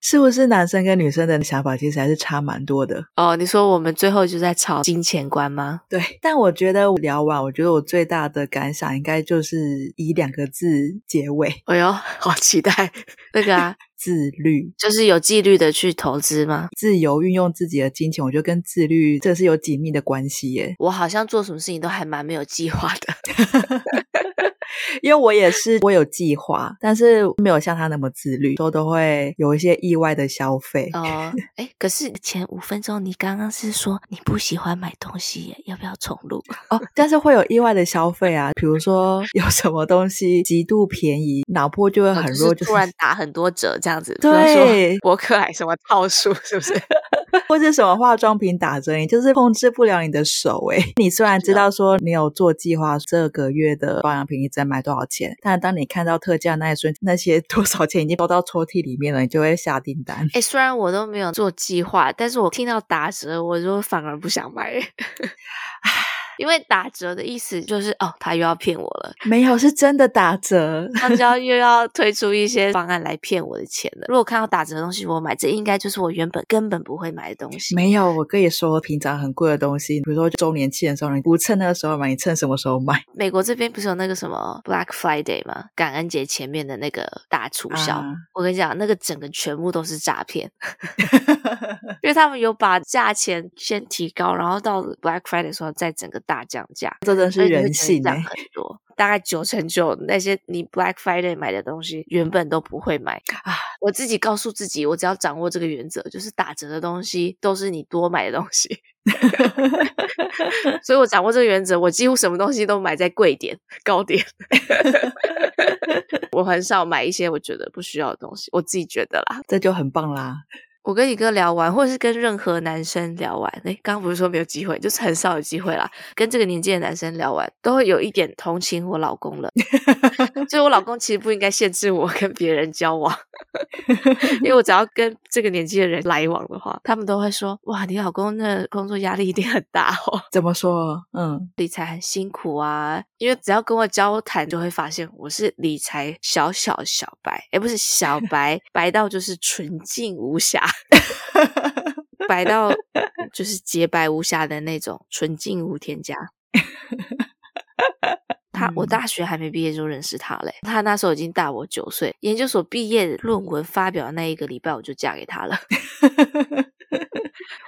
是不是男生跟女生的想法其实还是差蛮多的？哦，你说我们最后就在吵金钱观吗？对，但我觉得聊完，我觉得我最大的感想应该就是以两个字结尾：哎呦，好期待那个啊，自律。就是有纪律的去投资吗？自由运用自己的金钱，我觉得跟自律这是有紧密的关系耶。 [LAUGHS] 我好像做什么事情都还蛮没有计划的。因为我也是，我有计划，但是没有像他那么自律，都都会有一些意外的消费。哦，哎，可是前五分钟你刚刚是说你不喜欢买东西耶，要不要重录？哦，但是会有意外的消费啊，比如说有什么东西极度便宜，脑波就会哦很就是弱，就是突然打很多折这样子，比方说对博客还什么套数，是不是？或是什么化妆品打折，你就是控制不了你的手诶、你虽然知道说你有做计划，这个月的保养品你只能买多少钱，但当你看到特价那一瞬，那些多少钱已经包到抽屉里面了，你就会下订单。哎，虽然我都没有做计划，但是我听到打折，我就反而不想买。 [LAUGHS] 因为打折的意思就是哦，他又要骗我了，没有，是真的打折。香蕉又要推出一些方案来骗我的钱了。如果看到打折的东西我买，这应该就是我原本根本不会买的东西。没有，我跟你说，平常很贵的东西，比如说周年庆的时候，你不趁那个时候买，你趁什么时候买？美国这边不是有那个什么 Black Friday 吗？感恩节前面的那个大促销，啊我跟你讲，那个整个全部都是诈 [LAUGHS] 骗，因为他们有把价钱先提高，然后到 Black Friday 的时候再整个大降价，这真是所以你会人觉得性哎、涨很多。大概九成九那些你 Black Friday 买的东西原本都不会买啊！我自己告诉自己，我只要掌握这个原则，就是打折的东西都是你多买的东西。 [LAUGHS] [LAUGHS] 所以我掌握这个原则，我几乎什么东西都买在贵点、高点。 [LAUGHS] 我很少买一些我觉得不需要的东西，我自己觉得啦。这就很棒啦。我跟你哥聊完，或者是跟任何男生聊完，诶，刚刚不是说没有机会，就是很少有机会啦。跟这个年纪的男生聊完，都会有一点同情我老公了。所以我老公其实不应该限制我跟别人交往， [LAUGHS] 因为我只要跟这个年纪的人来往的话，他们都会说：“哇，你老公那工作压力一定很大哦，怎么说？嗯，理财很辛苦啊。”因为只要跟我交谈，就会发现我是理财小小小白，诶，不是小白，白到就是纯净无瑕。白到就是洁白无瑕的那种，纯净无添加。他我嗯大学还没毕业就认识他嘞，他那时候已经大我九岁，研究所毕业论文发表的那一个礼拜我就嫁给他了。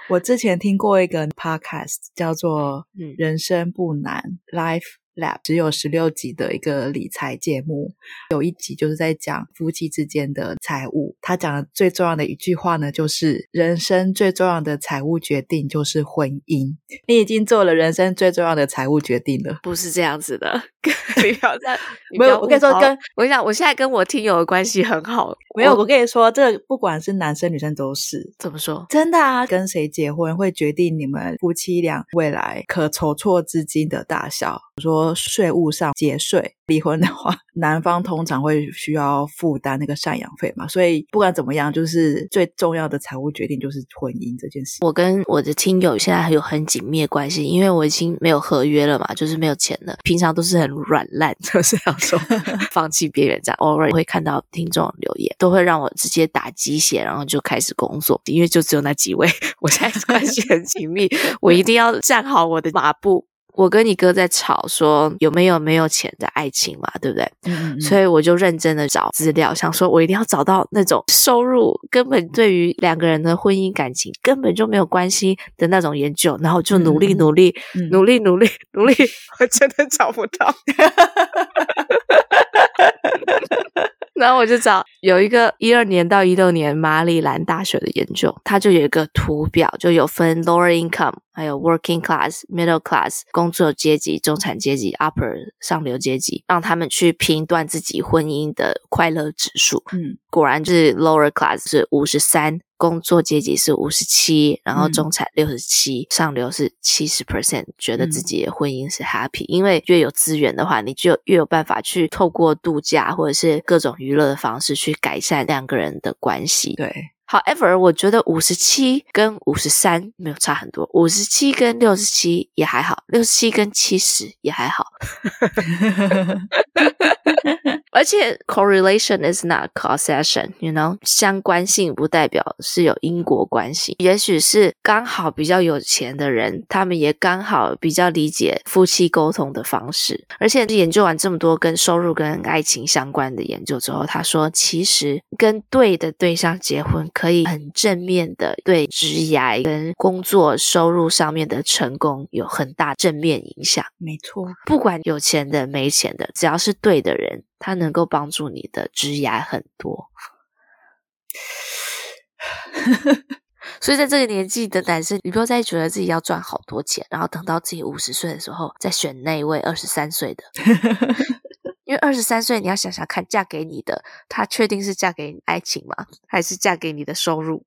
我之前听过一个 podcast 叫做嗯《人生不难 Life Lab》，只有十六集的一个理财节目，有一集就是在讲夫妻之间的财务。他讲的最重要的一句话呢，就是人生最重要的财务决定就是婚姻。你已经做了人生最重要的财务决定了。不是这样子的， [LAUGHS] 你不要这样，你不没有要我跟你误导说跟我跟你讲，我现在跟我听友的关系很好，没有，我跟你说，这不管是男生女生都是，怎么说？真的啊，跟谁结婚会决定你们夫妻俩未来可筹措资金的大小。比如说税务上节税，离婚的话， [LAUGHS] 男方通常会需要负担那个赡养费嘛，所以不管怎么样，就是最重要的财务决定就是婚姻这件事。我跟我的听友现在还有很紧密的关系，因为我已经没有合约了嘛，就是没有钱了。平常都是很软烂， [LAUGHS] 就是要说放弃边缘站。偶尔会看到听众留言，都会让我直接打鸡血，然后就开始工作，因为就只有那几位， [LAUGHS] 我现在关系很紧密，我一定要站好我的马步。我跟你哥在吵说有没有没有钱的爱情嘛，对不对？嗯嗯所以我就认真的找资料，想说我一定要找到那种收入根本对于两个人的婚姻感情根本就没有关系的那种研究，然后就努力嗯努力、嗯努力努力努力，我真的找不到。然后我就找有一个一二年到一六年马里兰大学的研究，它就有一个图表，就有分 lower income，还有 working class、middle class 工作阶级、中产阶级、upper 上流阶级，让他们去评断自己婚姻的快乐指数。嗯，果然是 lower class 是五十三，工作阶级是五十七，然后嗯中产六十七，上流是七十 percent，觉得自嗯己的婚姻是 happy，、因为越有资源的话，你就越有办法去透过度假或者是各种娱乐的方式去改善两个人的关系。对， [LAUGHS] However，我觉得五十七跟五十三没有差很多，五十七跟六十七也还好，六十七跟七十也还好。而且 correlation is not causation，you know，相关性不代表是有因果关系，也许是刚好比较有钱的人，他们也刚好比较理解夫妻沟通的方式。而且研究完这么多跟收入跟爱情相关的研究之后，他说，其实跟对的对象结婚，可以很正面的对职涯跟工作收入上面的成功有很大正面影响。没错，不管有钱的没钱的，只要是对的人，他能够帮助你的枝涯很多。 [LAUGHS] 所以在这个年纪的男生，你不要再觉得自己要赚好多钱，然后等到自己五十岁的时候再选那一位二十三岁的，因为二十三岁你要想想看，嫁给你的他确定是嫁给你爱情吗？还是嫁给你的收入？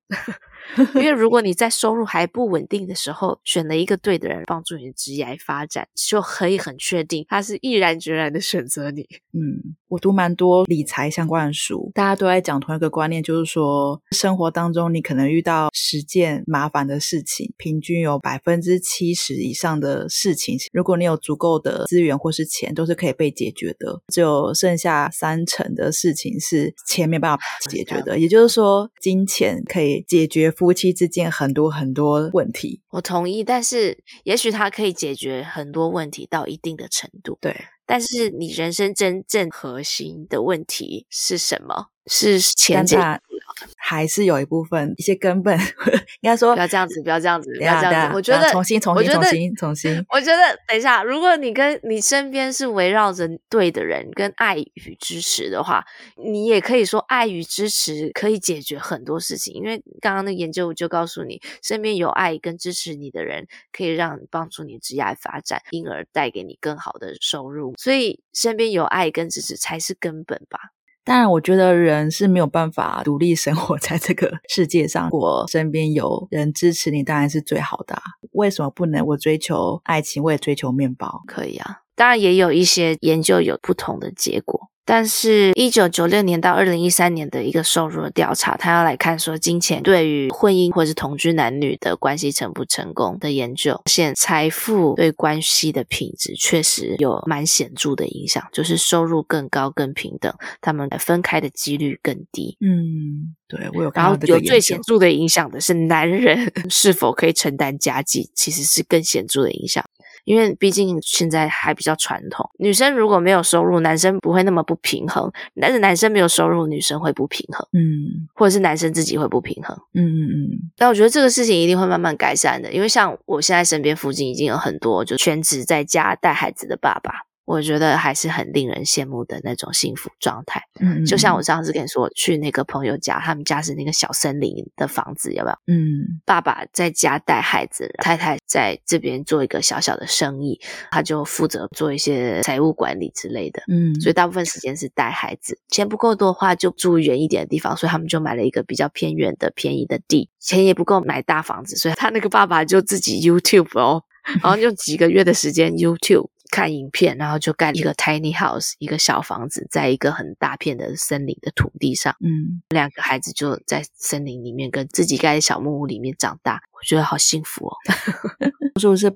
因为如果你在收入还不稳定的时候，选了一个对的人帮助你的职业发展，就可以很确定他是毅然决然的选择你。嗯，我读蛮多理财相关的书，大家都在讲同一个观念，就是说生活当中你可能遇到十件麻烦的事情，平均有百分之七十以上的事情，如果你有足够的资源或是钱，都是可以被解决的。只有剩下三成的事情是钱没办法解决的，也就是说，金钱可以解决夫妻之间很多很多问题。我同意，但是也许他可以解决很多问题到一定的程度，对，但是你人生真正核心的问题是什么？是钱但解决它不了的。还是有一部分一些根本， [LAUGHS] 应该说啊不要这样子，不要这样子，不等一要下这等一样下子。我觉等一得下重新重我新觉重得新重新我觉得等一下，如果你跟你身边是围绕着对的人跟爱与支持的话，你也可以说爱与支持可以解决很多事情。因为刚刚的研究就告诉你，身边有爱跟支持你的人，可以让帮助你职业发展，因而带给你更好的收入。所以身边有爱跟支持才是根本吧。当然，我觉得人是没有办法独立生活在这个世界上。我身边有人支持你，当然是最好的、啊。为什么不能？我追求爱情，我也追求面包。可以啊。当然也有一些研究有不同的结果，但是，一九九六年到二零一三年的一个收入的调查，他要来看说金钱对于婚姻或是同居男女的关系成不成功的研究，发现财富对关系的品质确实有蛮显著的影响，就是收入更高、更平等，他们分开的几率更低。嗯，对我有看然后到这个有研最究显著的影响的是，男人 [LAUGHS] 是否可以承担家计，其实是更显著的影响。因为毕竟现在还比较传统，女生如果没有收入，男生不会那么不平衡；但是男生没有收入，女生会不平衡，嗯或者是男生自己会不平衡。嗯嗯嗯，但我觉得这个事情一定会慢慢改善的，因为像我现在身边附近已经有很多就全职在家带孩子的爸爸，我觉得还是很令人羡慕的那种幸福状态。嗯，就像嗯我上次跟你说，我去那个朋友家，他们家是那个小森林的房子，有没有？嗯爸爸在家带孩子，太太在这边做一个小小的生意，他就负责做一些财务管理之类的。嗯，所以大部分时间是带孩子，钱不够多的话就住远一点的地方，所以他们就买了一个比较偏远的便宜的地，钱也不够买大房子，所以他那个爸爸就自己 YouTube 哦，然后用几个月的时间 YouTube 看影片，然后就盖一个 tiny house，一个小房子，在一个很大片的森林的土地上，嗯两个孩子就在森林里面跟自己盖的小木屋里面长大，我觉得好幸福哦。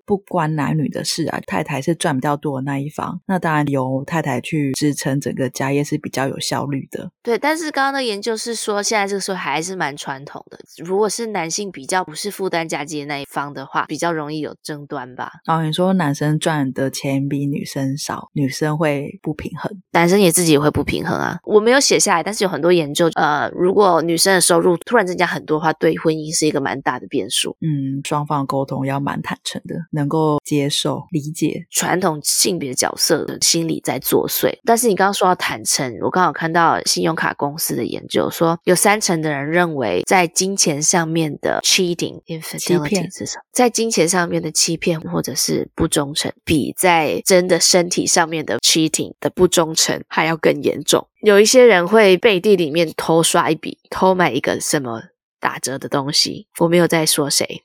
不关男女的事啊，太太是赚比较多的那一方，那当然由太太去支撑整个家业是比较有效率的。对，但是刚刚的研究是说，现在这个社会还是蛮传统的。如果是男性比较不是负担家计的那一方的话，比较容易有争端吧。然后你说男生赚的钱比女生少，女生会不平衡。男生也自己也会不平衡啊。我没有写下来，但是有很多研究，呃，如果女生的收入突然增加很多的话，对婚姻是一个蛮大的变数。嗯，双方沟通要蛮坦诚的，能够接受理解。传统性别角色的心理在作祟。但是你刚刚说到坦诚，我刚好看到信用卡公司的研究说，有三成的人认为在金钱上面的 cheating 欺骗 infidelity 是什么？在金钱上面的欺骗或者是不忠诚，比在真的身体上面的 cheating 的不忠诚还要更严重。有一些人会背地里面偷刷一笔，偷买一个什么打折的东西。我没有在说谁，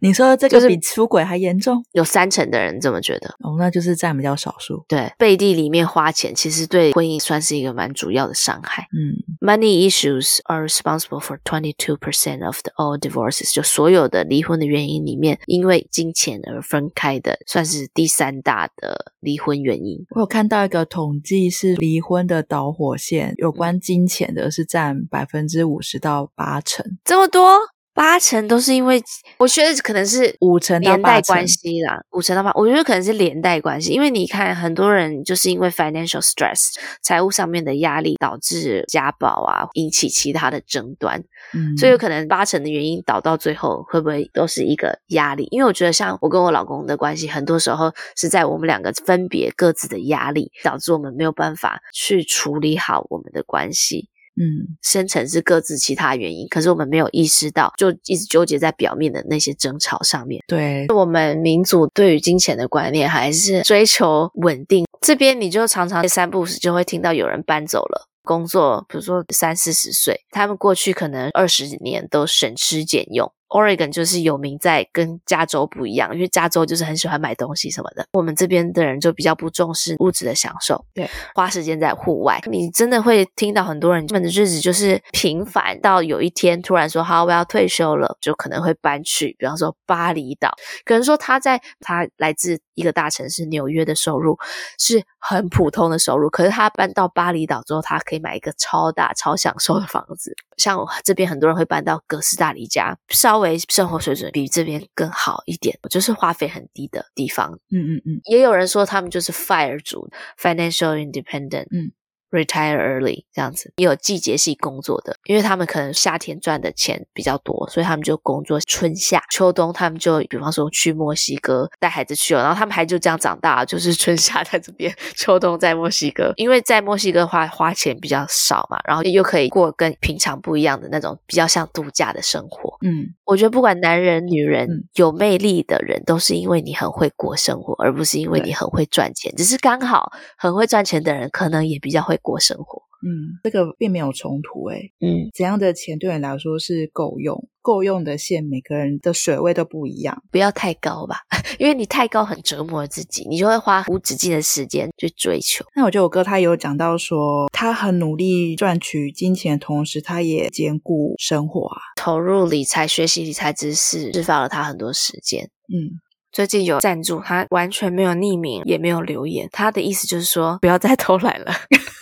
你说这就个是比出轨还严重？有三成的人这么觉得。哦，那就是占比较少数。对，背地里面花钱，其实对婚姻算是一个蛮主要的伤害。嗯 Money issues are responsible for twenty two percent of the all divorces，就所有的离婚的原因里面，因为金钱而分开的，算是第三大的离婚原因。我有看到一个统计是离婚的导火线，有关金钱的是占百分之五十到八成，这么多，八成都是因为，我觉得可能是五成到连八带成关系啦，五成到八，我觉得可能是连带关系，因为你看很多人就是因为 financial stress 财务上面的压力导致家暴啊，引起其他的争端。嗯，所以有可能八成的原因导到最后，会不会都是一个压力？因为我觉得像我跟我老公的关系，很多时候是在我们两个分别各自的压力，导致我们没有办法去处理好我们的关系。嗯深层是各自其他原因，可是我们没有意识到，就一直纠结在表面的那些争吵上面。对，我们民族对于金钱的观念还是追求稳定，这边你就常常三不五时就会听到有人搬走了。工作，比如说三四十岁，他们过去可能二十年都省吃俭用。Oregon 就是有名在跟加州不一样，因为加州就是很喜欢买东西什么的。我们这边的人就比较不重视物质的享受，对，花时间在户外。你真的会听到很多人，他们的日子就是平凡到有一天突然说：“好，我要退休了”，就可能会搬去，比方说巴厘岛。可能说他在他来自一个大城市纽约的收入是很普通的收入，可是他搬到巴厘岛之后，他可以买一个超大、超享受的房子。像我这边很多人会搬到哥斯达黎加，稍微生活水准比这边更好一点，就是花费很低的地方。嗯嗯嗯也有人说他们就是 FIRE 族 （financial independent），嗯。 Retire early 这样子，也有季节性工作的，因为他们可能夏天赚的钱比较多，所以他们就工作春夏秋冬，他们就比方说去墨西哥带孩子去了，然后他们还就这样长大，就是 [LAUGHS] 春夏在这边，秋冬在墨西哥，因为在墨西哥花花钱比较少嘛，然后又可以过跟平常不一样的那种比较像度假的生活。嗯，我觉得不管男人、女人，嗯有魅力的人都是因为你很会过生活，而不是因为对你很会赚钱。只是刚好很会赚钱的人，可能也比较会过生活。嗯，这个并没有冲突诶、嗯，怎样的钱对你来说是够用？够用的线，每个人的水位都不一样。不要太高吧， [LAUGHS] 因为你太高很折磨自己，你就会花无止境的时间去追求。那我觉得我哥他也有讲到说，他很努力赚取金钱的同时，他也兼顾生活啊。投入理财、学习理财知识，释放了他很多时间。嗯，最近有赞助，他完全没有匿名，也没有留言。他的意思就是说，不要再偷懒了。 [LAUGHS]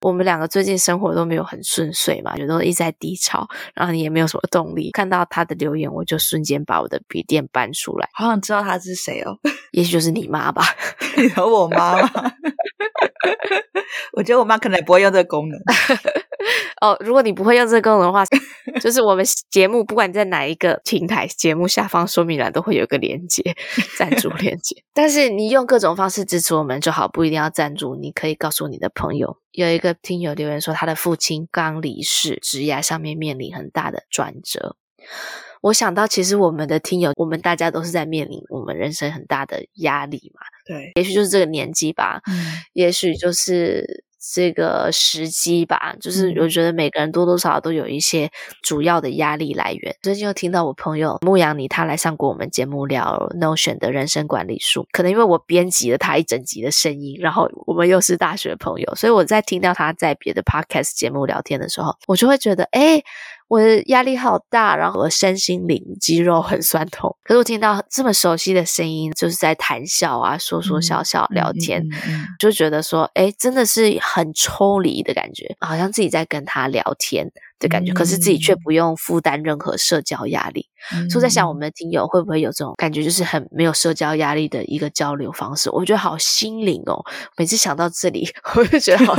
我们两个最近生活都没有很顺遂嘛，也都一直在低潮，然后你也没有什么动力。看到他的留言，我就瞬间把我的笔电搬出来，好想知道他是谁 [LAUGHS] 哦，也许就是你妈吧。有我妈吗？ [LAUGHS] 我觉得我妈可能也不会用这个功能。哦，如果你不会用这个功能的话，就是我们节目不管你在哪一个平台，节目下方说明栏都会有一个连接， [LAUGHS] 赞助连接。但是你用各种方式支持我们就好，不一定要赞助，你可以告诉你的朋友。有一个听友留言说，他的父亲刚离世，职涯上面面临很大的转折。我想到，其实我们的听友，我们大家都是在面临我们人生很大的压力嘛，对，也许就是这个年纪吧，嗯也许就是这个时机吧，嗯就是我觉得每个人多多少少都有一些主要的压力来源。最近又听到我朋友牧羊你，他来上过我们节目聊 Notion 的人生管理术，可能因为我编辑了他一整集的声音，然后我们又是大学朋友，所以我在听到他在别的 podcast 节目聊天的时候，我就会觉得，哎。我的压力好大，然后我身心灵肌肉很酸痛。可是我听到这么熟悉的声音，就是在谈笑啊，说说笑笑聊天，嗯嗯嗯就觉得说，哎，真的是很抽离的感觉，好像自己在跟他聊天的感觉，可是自己却不用负担任何社交压力。嗯所以我在想，我们的听友会不会有这种感觉，就是很没有社交压力的一个交流方式？我觉得好心灵哦，每次想到这里， [LAUGHS] 我就觉得好，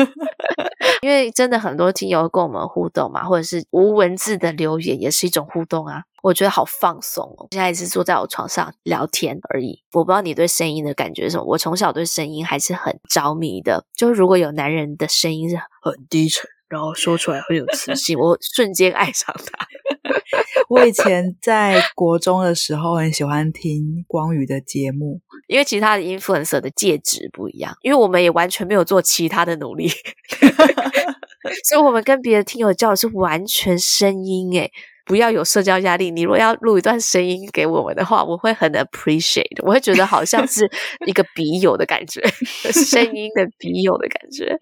因为真的很多听友跟我们互动嘛，或者是无文字的留言，也是一种互动啊。我觉得好放松哦！现在只是坐在我床上聊天而已。我不知道你对声音的感觉是什么。我从小对声音还是很着迷的，就是如果有男人的声音是很低沉，然后说出来很有磁性，我瞬间爱上他。我以前在国中的时候很喜欢听光宇的节目，因为其他的 influencer 的介质不一样，因为我们也完全没有做其他的努力， [LAUGHS] 所以我们跟别的听友交流是完全声音诶。不要有社交压力。你如果要录一段声音给我们的话，我会很 appreciate，我会觉得好像是一个笔友的感觉， [LAUGHS] 声音的笔友的感觉。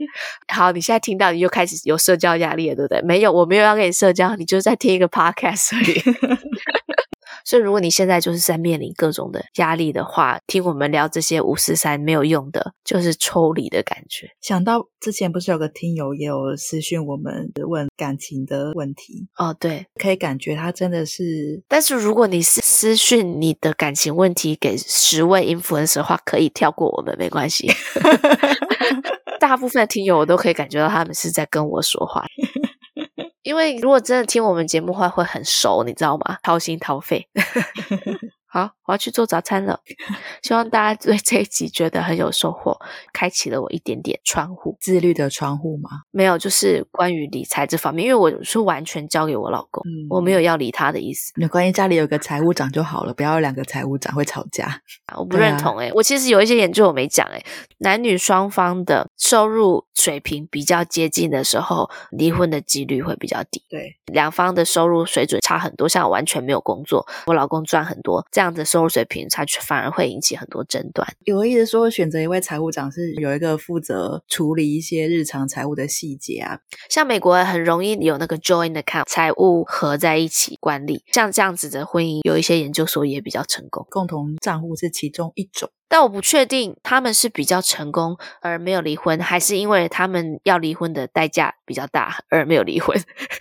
好，你现在听到你又开始有社交压力了，对不对？没有，我没有要跟你社交，你就是在听一个 podcast 而已。所以，如果你现在就是在面临各种的压力的话，听我们聊这些五四三没有用的，就是抽离的感觉。想到之前不是有个听友也有私讯我们问感情的问题，哦，对。可以感觉他真的是但是如果你是私讯你的感情问题给十位 influencer 的话，可以跳过我们，没关系。大部分的听友我都可以感觉到他们是在跟我说话，因为如果真的听我们节目的话，会很熟，你知道吗？掏心掏肺。好，我要去做早餐了。希望大家对这一集觉得很有收获，开启了我一点点窗户。自律的窗户吗？没有，就是关于理财这方面，因为我是完全交给我老公，嗯我没有要理他的意思。没关系，家里有个财务长就好了，不要有两个财务长会吵架。我不对认啊同诶、欸我其实有一些研究我没讲诶、男女双方的收入水平比较接近的时候，离婚的几率会比较低。对，两方的收入水准差很多，像我完全没有工作，我老公赚很多，这样的收入水平，它反而会引起很多争端。有意思说选择一位财务长是有一个负责处理一些日常财务的细节啊，像美国很容易有那个 joint account 财务合在一起管理，像这样子的婚姻，有一些研究说也比较成功。共同账户是其中一种。但我不确定他们是比较成功而没有离婚，还是因为他们要离婚的代价比较大而没有离婚， [LAUGHS]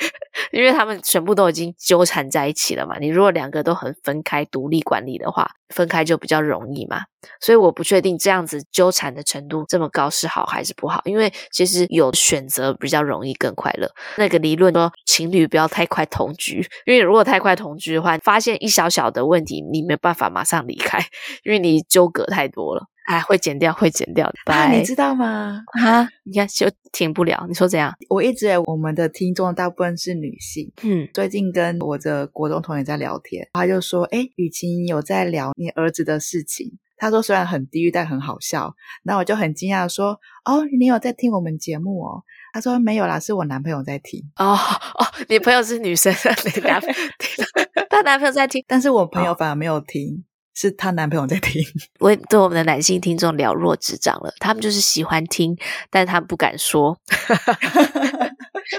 因为他们全部都已经纠缠在一起了嘛。你如果两个都很分开独立管理的话，分开就比较容易嘛。所以我不确定这样子纠缠的程度这么高是好还是不好，因为其实有选择比较容易更快乐。那个理论说，情侣不要太快同居，因为如果太快同居的话，发现一小小的问题，你没办法马上离开，因为你纠葛太多了。哎，会剪掉，会剪掉的。啊，拜你知道吗？啊，你看就停不了。你说怎样？我一直以为我们的听众大部分是女性，嗯，最近跟我的国中同学在聊天，他就说：“哎，雨晴有在聊你儿子的事情。”他说虽然很地狱，但很好笑。那我就很惊讶地说：“哦，你有在听我们节目哦？”他说：“没有啦，是我男朋友在听。哦哦，你朋友是女生，啊你男朋友她男朋友在听”。但是我朋友反而没有听，是她男朋友在听。 [LAUGHS] 我也对我们的男性听众了若指掌了，他们就是喜欢听，但他们不敢说。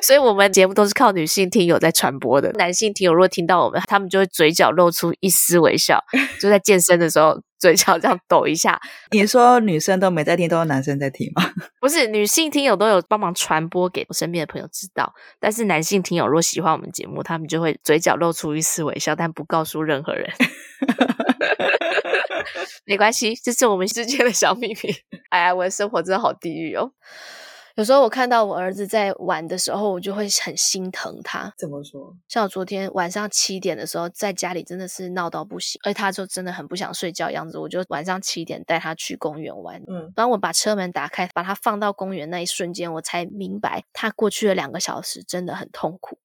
所以我们节目都是靠女性听友在传播的。男性听友如果听到我们，他们就会嘴角露出一丝微笑，就在健身的时候嘴角这样抖一下。你说女生都没在听，都是男生在听吗？不是女性听友都有帮忙传播给我身边的朋友知道，但是男性听友如果喜欢我们节目，他们就会嘴角露出一丝微笑，但不告诉任何人。 [LAUGHS] 没关系，这是我们之间的小秘密。哎呀，我的生活真的好地狱哦。有时候我看到我儿子在玩的时候，我就会很心疼他。 [LAUGHS] 怎么说？像我昨天晚上七点的时候，在家里真的是闹到不行，而且他就真的很不想睡觉样子，我就晚上七点带他去公园玩。嗯，当我把车门打开，把他放到公园那一瞬间，我才明白他过去的两个小时真的很痛 [LAUGHS] 苦，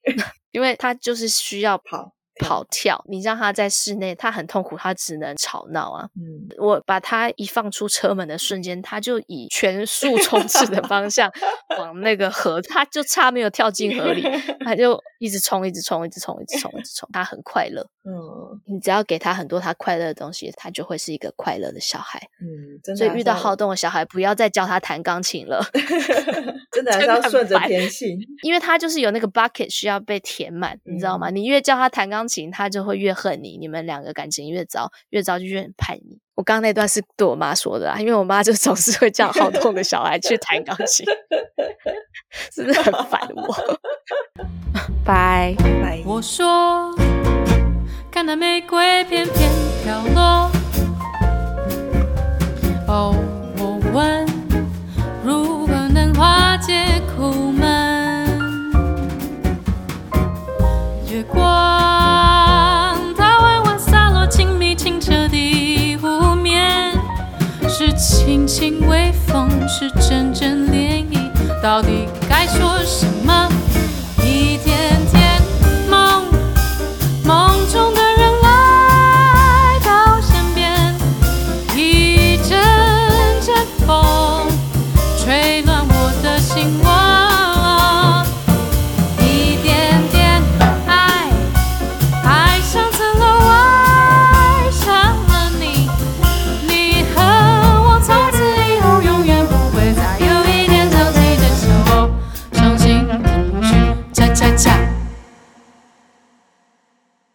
因为他就是需要跑跑跳。你让他在室内，他很痛苦，他只能吵闹啊。嗯，我把他一放出车门的瞬间，他就以全速冲刺的方 [LAUGHS] 向往那个河，他就差没有跳进河里，他就一直冲，一直冲，一直冲，一直冲，一直冲。他很快乐，嗯你只要给他很多他快乐的东西，他就会是一个快乐的小孩。嗯，真的所以还遇是到要好动的小孩，不要再教他弹钢琴 [LAUGHS] 了，真的还真的是要很顺着烦天 [LAUGHS] 性。因为他就是有那个 bucket 需要被填满，你知道吗？嗯你越教他弹钢琴，他就会越恨你，你们两个感情越糟，越糟就越叛逆。我刚刚那段是对我妈说的、啊，因为我妈就总是会叫好动的小孩去弹钢 [LAUGHS] 琴，真的很烦 [LAUGHS] 我。拜。拜我说，看那玫瑰片片飘落。哦，我问，如何能化解苦闷？月光，它缓缓洒落静谧清澈的湖面，是轻轻微风，是阵阵涟漪，到底该说什么？